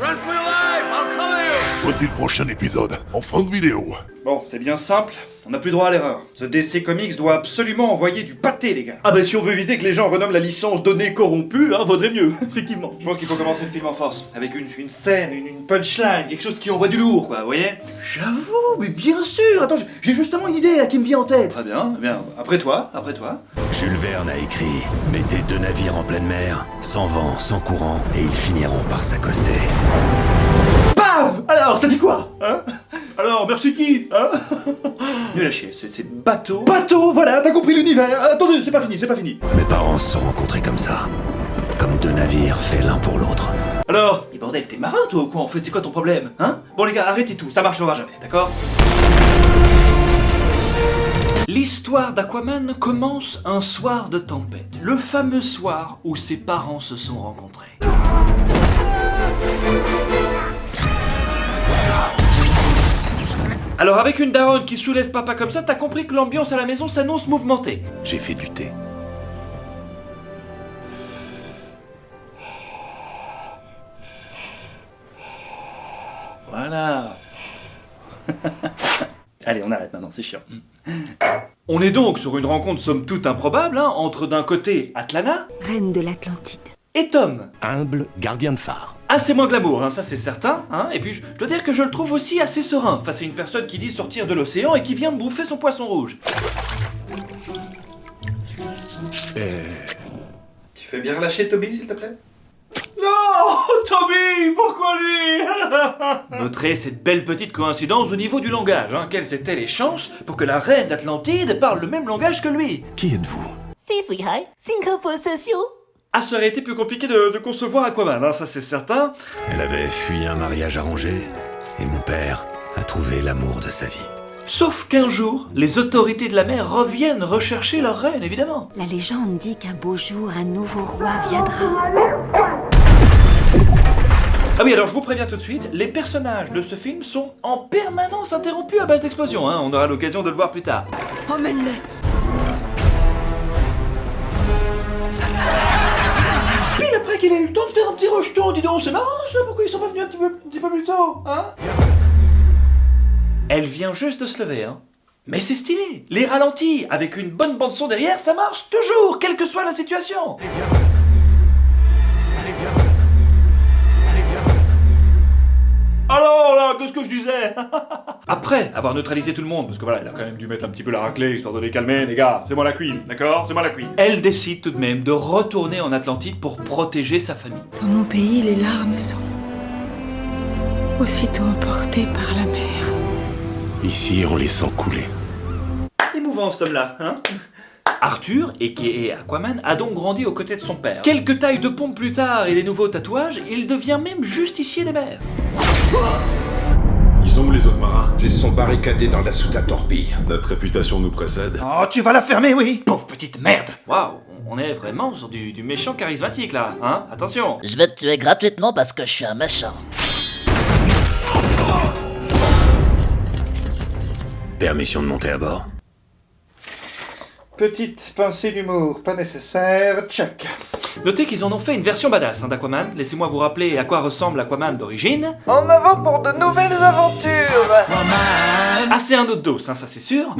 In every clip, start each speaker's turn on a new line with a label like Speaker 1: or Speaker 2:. Speaker 1: Run for your life, I'll cover you
Speaker 2: Voici le prochain épisode, en fin de vidéo.
Speaker 3: Bon, c'est bien simple, on n'a plus droit à l'erreur. The DC Comics doit absolument envoyer du pâté, les gars.
Speaker 4: Ah bah si on veut éviter que les gens renomment la licence donnée corrompue, hein, vaudrait mieux, effectivement.
Speaker 3: Je pense qu'il faut commencer le film en force, avec une, une scène, une, une punchline, quelque chose qui envoie du lourd, quoi, vous voyez
Speaker 4: J'avoue, mais bien sûr Attends, j'ai justement une idée là qui me vient en tête
Speaker 3: Très bien, eh bien, après toi, après toi.
Speaker 5: Jules Verne a écrit Mettez deux navires en pleine mer, sans vent, sans courant, et ils finiront par s'accoster.
Speaker 4: BAM Alors, ça dit quoi Hein Alors, merci qui Hein
Speaker 3: Nul à chier, c'est c'est bateau.
Speaker 4: Bateau, voilà, t'as compris l'univers Euh, Attendez, c'est pas fini, c'est pas fini
Speaker 5: Mes parents se sont rencontrés comme ça, comme deux navires faits l'un pour l'autre.
Speaker 4: Alors
Speaker 3: Mais bordel, t'es marin toi ou quoi en fait C'est quoi ton problème Hein Bon les gars, arrêtez tout, ça marchera jamais, d'accord
Speaker 6: L'histoire d'Aquaman commence un soir de tempête, le fameux soir où ses parents se sont rencontrés. Alors avec une daronne qui soulève papa comme ça, t'as compris que l'ambiance à la maison s'annonce mouvementée.
Speaker 5: J'ai fait du thé.
Speaker 3: Voilà. Allez, on arrête maintenant, c'est chiant.
Speaker 6: On est donc sur une rencontre somme toute improbable, hein, entre d'un côté Atlana
Speaker 7: Reine de l'Atlantide.
Speaker 6: et Tom.
Speaker 5: Humble gardien de phare.
Speaker 6: Assez moins glamour, hein, ça c'est certain, hein, et puis je je dois dire que je le trouve aussi assez serein face à une personne qui dit sortir de l'océan et qui vient de bouffer son poisson rouge.
Speaker 3: Tu fais bien relâcher Toby, s'il te plaît
Speaker 6: Non Tommy Pourquoi lui Noterez cette belle petite coïncidence au niveau du langage, hein, quelles étaient les chances pour que la reine d'Atlantide parle le même langage que lui
Speaker 5: Qui êtes-vous
Speaker 8: Sifrihai, Singapore Sasio.
Speaker 6: Ah, ça aurait été plus compliqué de, de concevoir Aquaman, hein, ça c'est certain.
Speaker 5: Elle avait fui un mariage arrangé, et mon père a trouvé l'amour de sa vie.
Speaker 6: Sauf qu'un jour, les autorités de la mer reviennent rechercher leur reine, évidemment.
Speaker 7: La légende dit qu'un beau jour, un nouveau roi viendra.
Speaker 6: Ah oui, alors je vous préviens tout de suite, les personnages de ce film sont en permanence interrompus à base d'explosions, hein, on aura l'occasion de le voir plus tard.
Speaker 7: Emmène-le
Speaker 6: Pile après qu'il ait eu le temps de faire un petit rejeton, dis donc, c'est marrant ça, pourquoi ils sont pas venus un petit peu, plus tôt, hein Elle vient juste de se lever, hein. Mais c'est stylé, les ralentis, avec une bonne bande-son derrière, ça marche toujours, quelle que soit la situation Alors là, qu'est-ce que je disais Après avoir neutralisé tout le monde, parce que voilà, elle a quand même dû mettre un petit peu la raclée, histoire de les calmer, les gars, c'est moi la queen, d'accord C'est moi la queen. Elle décide tout de même de retourner en Atlantide pour protéger sa famille.
Speaker 7: Dans mon pays, les larmes sont aussitôt emportées par la mer.
Speaker 5: Ici, on les sent couler.
Speaker 3: Émouvant, cet homme-là, hein
Speaker 6: Arthur, a.k.a. Aquaman, a donc grandi aux côtés de son père. Quelques tailles de pompe plus tard et des nouveaux tatouages, il devient même justicier des mers.
Speaker 9: Ils sont où les autres marins Ils sont barricadés dans la soute à torpille. Notre réputation nous précède.
Speaker 3: Oh, tu vas la fermer, oui
Speaker 6: Pauvre petite merde Waouh, on est vraiment sur du, du méchant charismatique là, hein Attention
Speaker 8: Je vais te tuer gratuitement parce que je suis un méchant.
Speaker 5: Permission de monter à bord
Speaker 3: Petite pincée d'humour, pas nécessaire, check.
Speaker 6: Notez qu'ils en ont fait une version badass hein, d'Aquaman, laissez-moi vous rappeler à quoi ressemble Aquaman d'origine.
Speaker 10: En avant pour de nouvelles aventures
Speaker 6: Ah, c'est un autre dos, hein, ça c'est sûr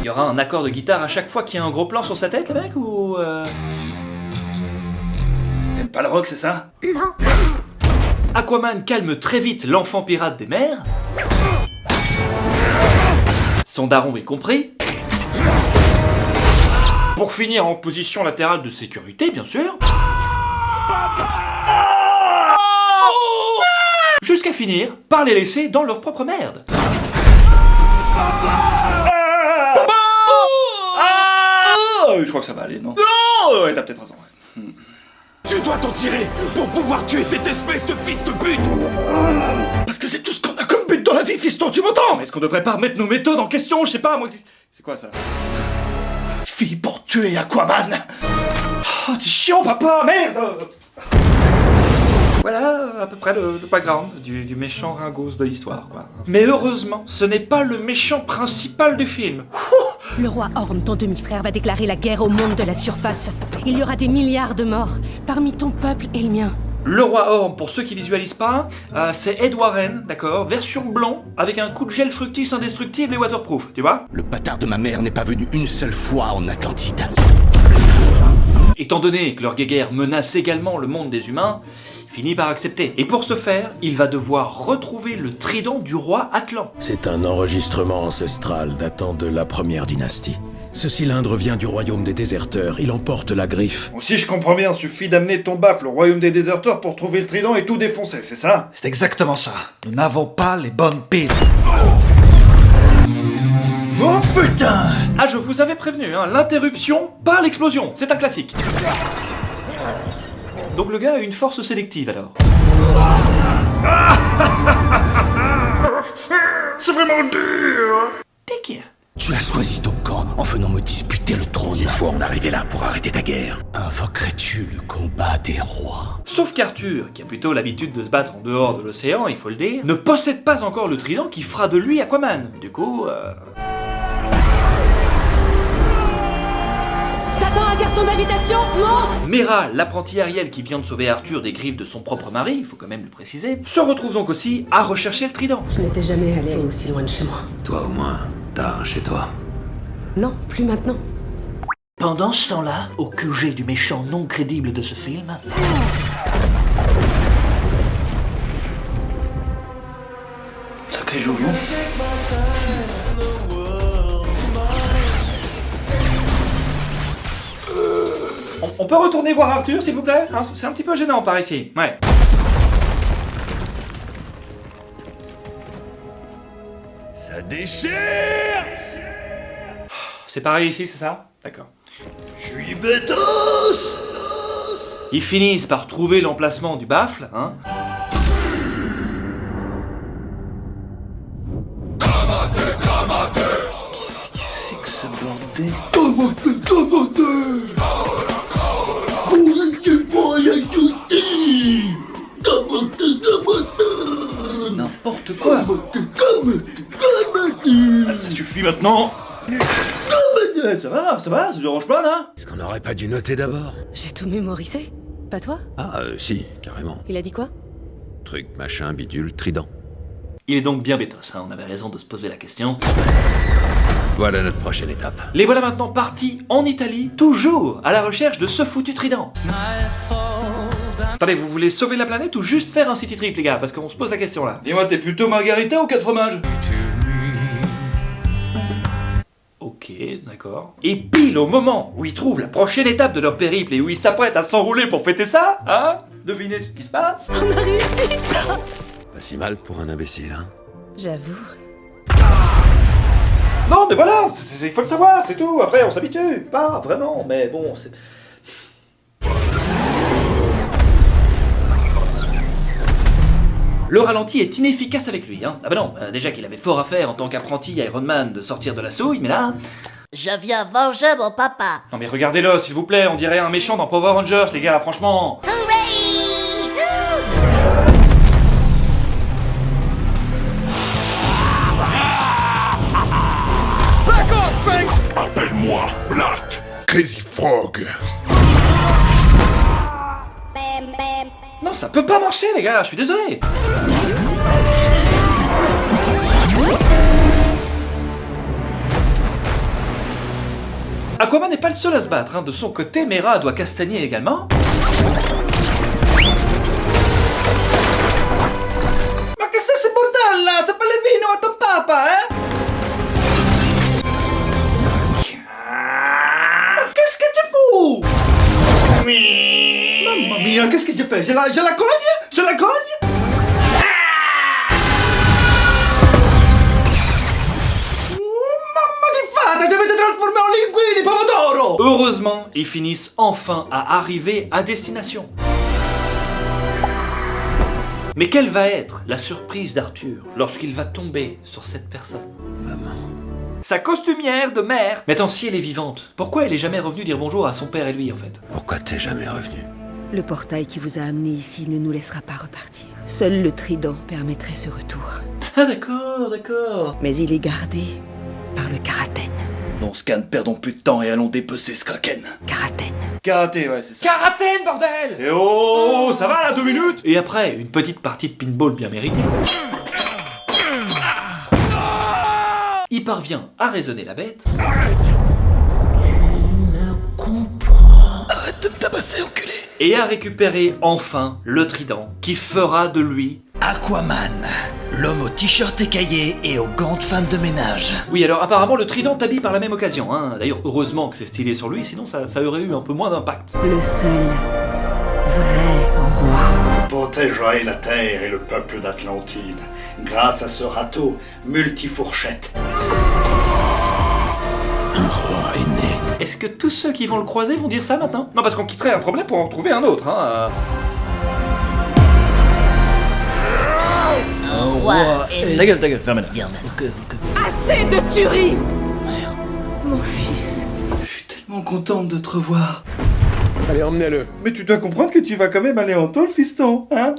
Speaker 6: Il y aura un accord de guitare à chaque fois qu'il y a un gros plan sur sa tête, le mec, ou... euh,
Speaker 3: T'aimes pas le rock, c'est ça
Speaker 6: Aquaman calme très vite l'enfant pirate des mers. Son daron est compris. Pour finir en position latérale de sécurité, bien sûr. Oh Jusqu'à finir par les laisser dans leur propre merde.
Speaker 3: Ah, oui, je crois que ça va aller, non Non Ouais, t'as peut-être raison, ouais.
Speaker 9: Tu dois t'en tirer pour pouvoir tuer cette espèce de fils de pute
Speaker 3: Parce que c'est tout ce qu'on a comme but dans la vie, fiston, tu m'entends Mais Est-ce qu'on devrait pas remettre nos méthodes en question Je sais pas, moi. C'est quoi ça Fille pour tuer Aquaman Oh, t'es chiant, papa, merde
Speaker 6: Voilà à peu près le, le background du, du méchant ringos de l'histoire, quoi. Mais heureusement, ce n'est pas le méchant principal du film. Ouh
Speaker 11: Le roi Orm, ton demi-frère, va déclarer la guerre au monde de la surface. Il y aura des milliards de morts, parmi ton peuple et le mien.
Speaker 6: Le roi Orm, pour ceux qui visualisent pas, euh, c'est Ed Warren, d'accord Version blanc, avec un coup de gel fructis indestructible et waterproof, tu vois
Speaker 5: Le bâtard de ma mère n'est pas venu une seule fois en Atlantide.
Speaker 6: Étant donné que leur guéguerre menace également le monde des humains, il finit par accepter. Et pour ce faire, il va devoir retrouver le trident du roi Atlan.
Speaker 5: C'est un enregistrement ancestral datant de la première dynastie. Ce cylindre vient du royaume des déserteurs, il emporte la griffe.
Speaker 4: Bon, si je comprends bien, suffit d'amener ton baffle au royaume des déserteurs pour trouver le trident et tout défoncer, c'est ça
Speaker 12: C'est exactement ça. Nous n'avons pas les bonnes piles.
Speaker 4: Oh putain
Speaker 6: Ah, je vous avais prévenu, hein, l'interruption par l'explosion, c'est un classique. Donc le gars a une force sélective alors.
Speaker 4: C'est vraiment dur
Speaker 6: Pékir.
Speaker 5: Tu as choisi ton camp en venant me disputer le trône. Il faut en arriver là pour arrêter ta guerre. Invoquerais-tu le combat des rois
Speaker 6: Sauf qu'Arthur, qui a plutôt l'habitude de se battre en dehors de l'océan, il faut le dire, ne possède pas encore le trident qui fera de lui Aquaman. Du coup, euh,
Speaker 11: T'attends un carton d'invitation Monte
Speaker 6: Mera, l'apprenti Ariel qui vient de sauver Arthur des griffes de son propre mari, il faut quand même le préciser, se retrouve donc aussi à rechercher le trident.
Speaker 11: Je n'étais jamais allée aussi loin de chez moi.
Speaker 5: Toi au moins, t'as un chez toi.
Speaker 11: Non, plus maintenant.
Speaker 8: Pendant ce temps-là, au QG du méchant non crédible de ce film,
Speaker 4: Sacré Jovion.
Speaker 6: On, on peut retourner voir Arthur, s'il vous plaît Hein, C'est un petit peu gênant par ici. Ouais.
Speaker 5: Ça déchire
Speaker 6: Oh, C'est pareil ici, c'est ça D'accord.
Speaker 4: Je suis bétos
Speaker 6: Ils finissent par trouver l'emplacement du baffle, hein
Speaker 4: C'est que ce bordel Tomate, tomate
Speaker 6: N'importe quoi
Speaker 4: Ça suffit maintenant Ça va, ça va, ça dérange pas là
Speaker 5: Est-ce qu'on n'aurait pas dû noter d'abord
Speaker 11: J'ai tout mémorisé. Pas toi
Speaker 5: Ah, euh, si, carrément.
Speaker 11: Il a dit quoi
Speaker 5: Truc, machin, bidule, trident.
Speaker 6: Il est donc bien bétos, hein, on avait raison de se poser la question.
Speaker 5: Voilà notre prochaine étape.
Speaker 6: Les voilà maintenant partis en Italie, toujours à la recherche de ce foutu trident. Attendez, vous voulez sauver la planète ou juste faire un city trip, les gars Parce qu'on se pose la question là.
Speaker 4: Dis-moi, t'es plutôt margarita ou quatre fromages
Speaker 6: Ok, d'accord. Et pile au moment où ils trouvent la prochaine étape de leur périple et où ils s'apprêtent à s'enrouler pour fêter ça, hein Devinez ce qui se passe
Speaker 11: On a réussi
Speaker 5: Pas si mal pour un imbécile, hein
Speaker 11: J'avoue.
Speaker 4: Non, mais voilà, c'est- c'est- il faut le savoir, c'est tout. Après, on s'habitue. Pas vraiment, mais bon, c'est.
Speaker 6: Le ralenti est inefficace avec lui, hein. Ah bah non, euh, déjà qu'il avait fort à faire en tant qu'apprenti Iron Man de sortir de la souille, mais là... hein.
Speaker 8: je viens venger mon papa.
Speaker 6: Non mais regardez-le, s'il vous plaît, on dirait un méchant dans Power Rangers, les gars, franchement
Speaker 2: Appelle-moi Black Crazy Frog.
Speaker 6: Non, ça peut pas marcher, les gars, je suis désolé Aquaman n'est pas le seul à se battre, hein. de son côté, Mera doit castagner également.
Speaker 4: Ma che c'est ce bordel là C'est pas le vino à ton papa, hein Qu'est-ce que tu fous Mamma mia, Oh, euh, qu'est-ce que j'ai fait Je la, je la cogne Je la Ah cogne Oh, Mamma di fata, je vais te transformer en linguine, pomodoro
Speaker 6: Heureusement, ils finissent enfin à arriver à destination. Mais quelle va être la surprise d'Arthur lorsqu'il va tomber sur cette personne
Speaker 5: Maman.
Speaker 6: Sa costumière de mère Mais attends, si elle est vivante, pourquoi elle est jamais revenue dire bonjour à son père et lui en fait
Speaker 5: Pourquoi t'es jamais revenu
Speaker 11: Le portail qui vous a amené ici ne nous laissera pas repartir. Seul le trident permettrait ce retour.
Speaker 6: Ah d'accord, d'accord
Speaker 11: Mais il est gardé par le karaten.
Speaker 3: Non, scan, perdons plus de temps et allons dépecer ce kraken.
Speaker 11: Karaten.
Speaker 3: Karaté, ouais, c'est ça.
Speaker 13: Karaten, bordel
Speaker 3: Et oh, ça va là, deux minutes
Speaker 6: Et après, une petite partie de pinball bien méritée. Il parvient à raisonner la bête. Arrête
Speaker 5: Arrête de me tabasser, enculé
Speaker 6: Et à récupérer enfin le trident qui fera de lui
Speaker 8: Aquaman, l'homme au t-shirt écaillé et aux gants de femme de ménage.
Speaker 6: Oui, alors apparemment le trident t'habille par la même occasion. Hein. D'ailleurs, heureusement que c'est stylé sur lui, sinon ça, ça aurait eu un peu moins d'impact.
Speaker 7: Le seul vrai roi.
Speaker 4: Vous protégerez la Terre et le peuple d'Atlantide grâce à ce râteau multifourchette.
Speaker 5: Un roi est né.
Speaker 6: Est-ce que tous ceux qui vont le croiser vont dire ça maintenant Non, parce qu'on quitterait un problème pour en retrouver un autre. Hein.
Speaker 8: Un roi est...
Speaker 3: Ta gueule, ta gueule, ferme-la.
Speaker 11: Assez de tuerie
Speaker 8: Mon fils, je suis tellement contente de te revoir.
Speaker 2: Allez, emmenez-le.
Speaker 3: Mais tu dois comprendre que tu vas quand même aller en tôle, fiston, hein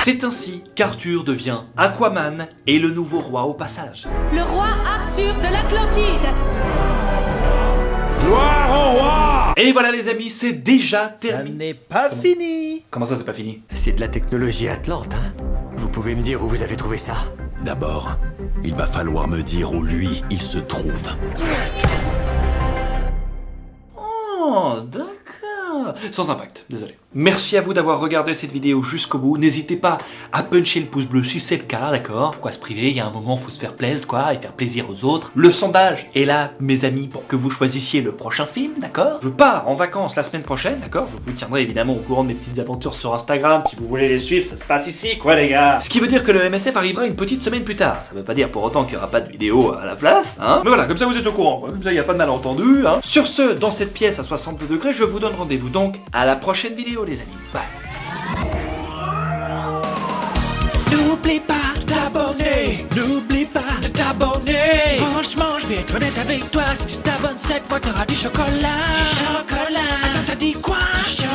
Speaker 6: C'est ainsi qu'Arthur devient Aquaman et le nouveau roi au passage.
Speaker 13: Le roi Arthur de l'Atlantide
Speaker 2: Gloire au roi
Speaker 6: Et voilà les amis, c'est déjà terminé.
Speaker 12: n'est pas fini.
Speaker 6: Comment ça, c'est pas fini
Speaker 14: C'est de la technologie atlante, hein Vous pouvez me dire où vous avez trouvé ça
Speaker 5: D'abord, il va falloir me dire où lui, il se trouve.
Speaker 6: Oh, d'accord. Sans impact, désolé. Merci à vous d'avoir regardé cette vidéo jusqu'au bout. N'hésitez pas à puncher le pouce bleu si c'est le cas, d'accord Pourquoi se priver Il y a un moment, faut se faire plaisir, quoi, et faire plaisir aux autres. Le sondage est là, mes amis, pour que vous choisissiez le prochain film, d'accord Je pars en vacances la semaine prochaine, d'accord Je vous tiendrai évidemment au courant de mes petites aventures sur Instagram. Si vous voulez les suivre, ça se passe ici, quoi, les gars Ce qui veut dire que le MSF arrivera une petite semaine plus tard. Ça veut pas dire pour autant qu'il n'y aura pas de vidéo à la place, hein Mais voilà, comme ça vous êtes au courant, quoi. Comme ça, il n'y a pas de malentendu, hein Sur ce, dans cette pièce à 62 degrés, je vous donne rendez-vous donc à la prochaine vidéo les amis. Bye.
Speaker 15: N'oublie pas de t'abonner. N'oublie pas de t'abonner. Franchement, je vais être honnête avec toi. Si tu t'abonnes cette fois, t'auras du chocolat. Chocolat. Attends, t'as dit quoi? Du chocolat.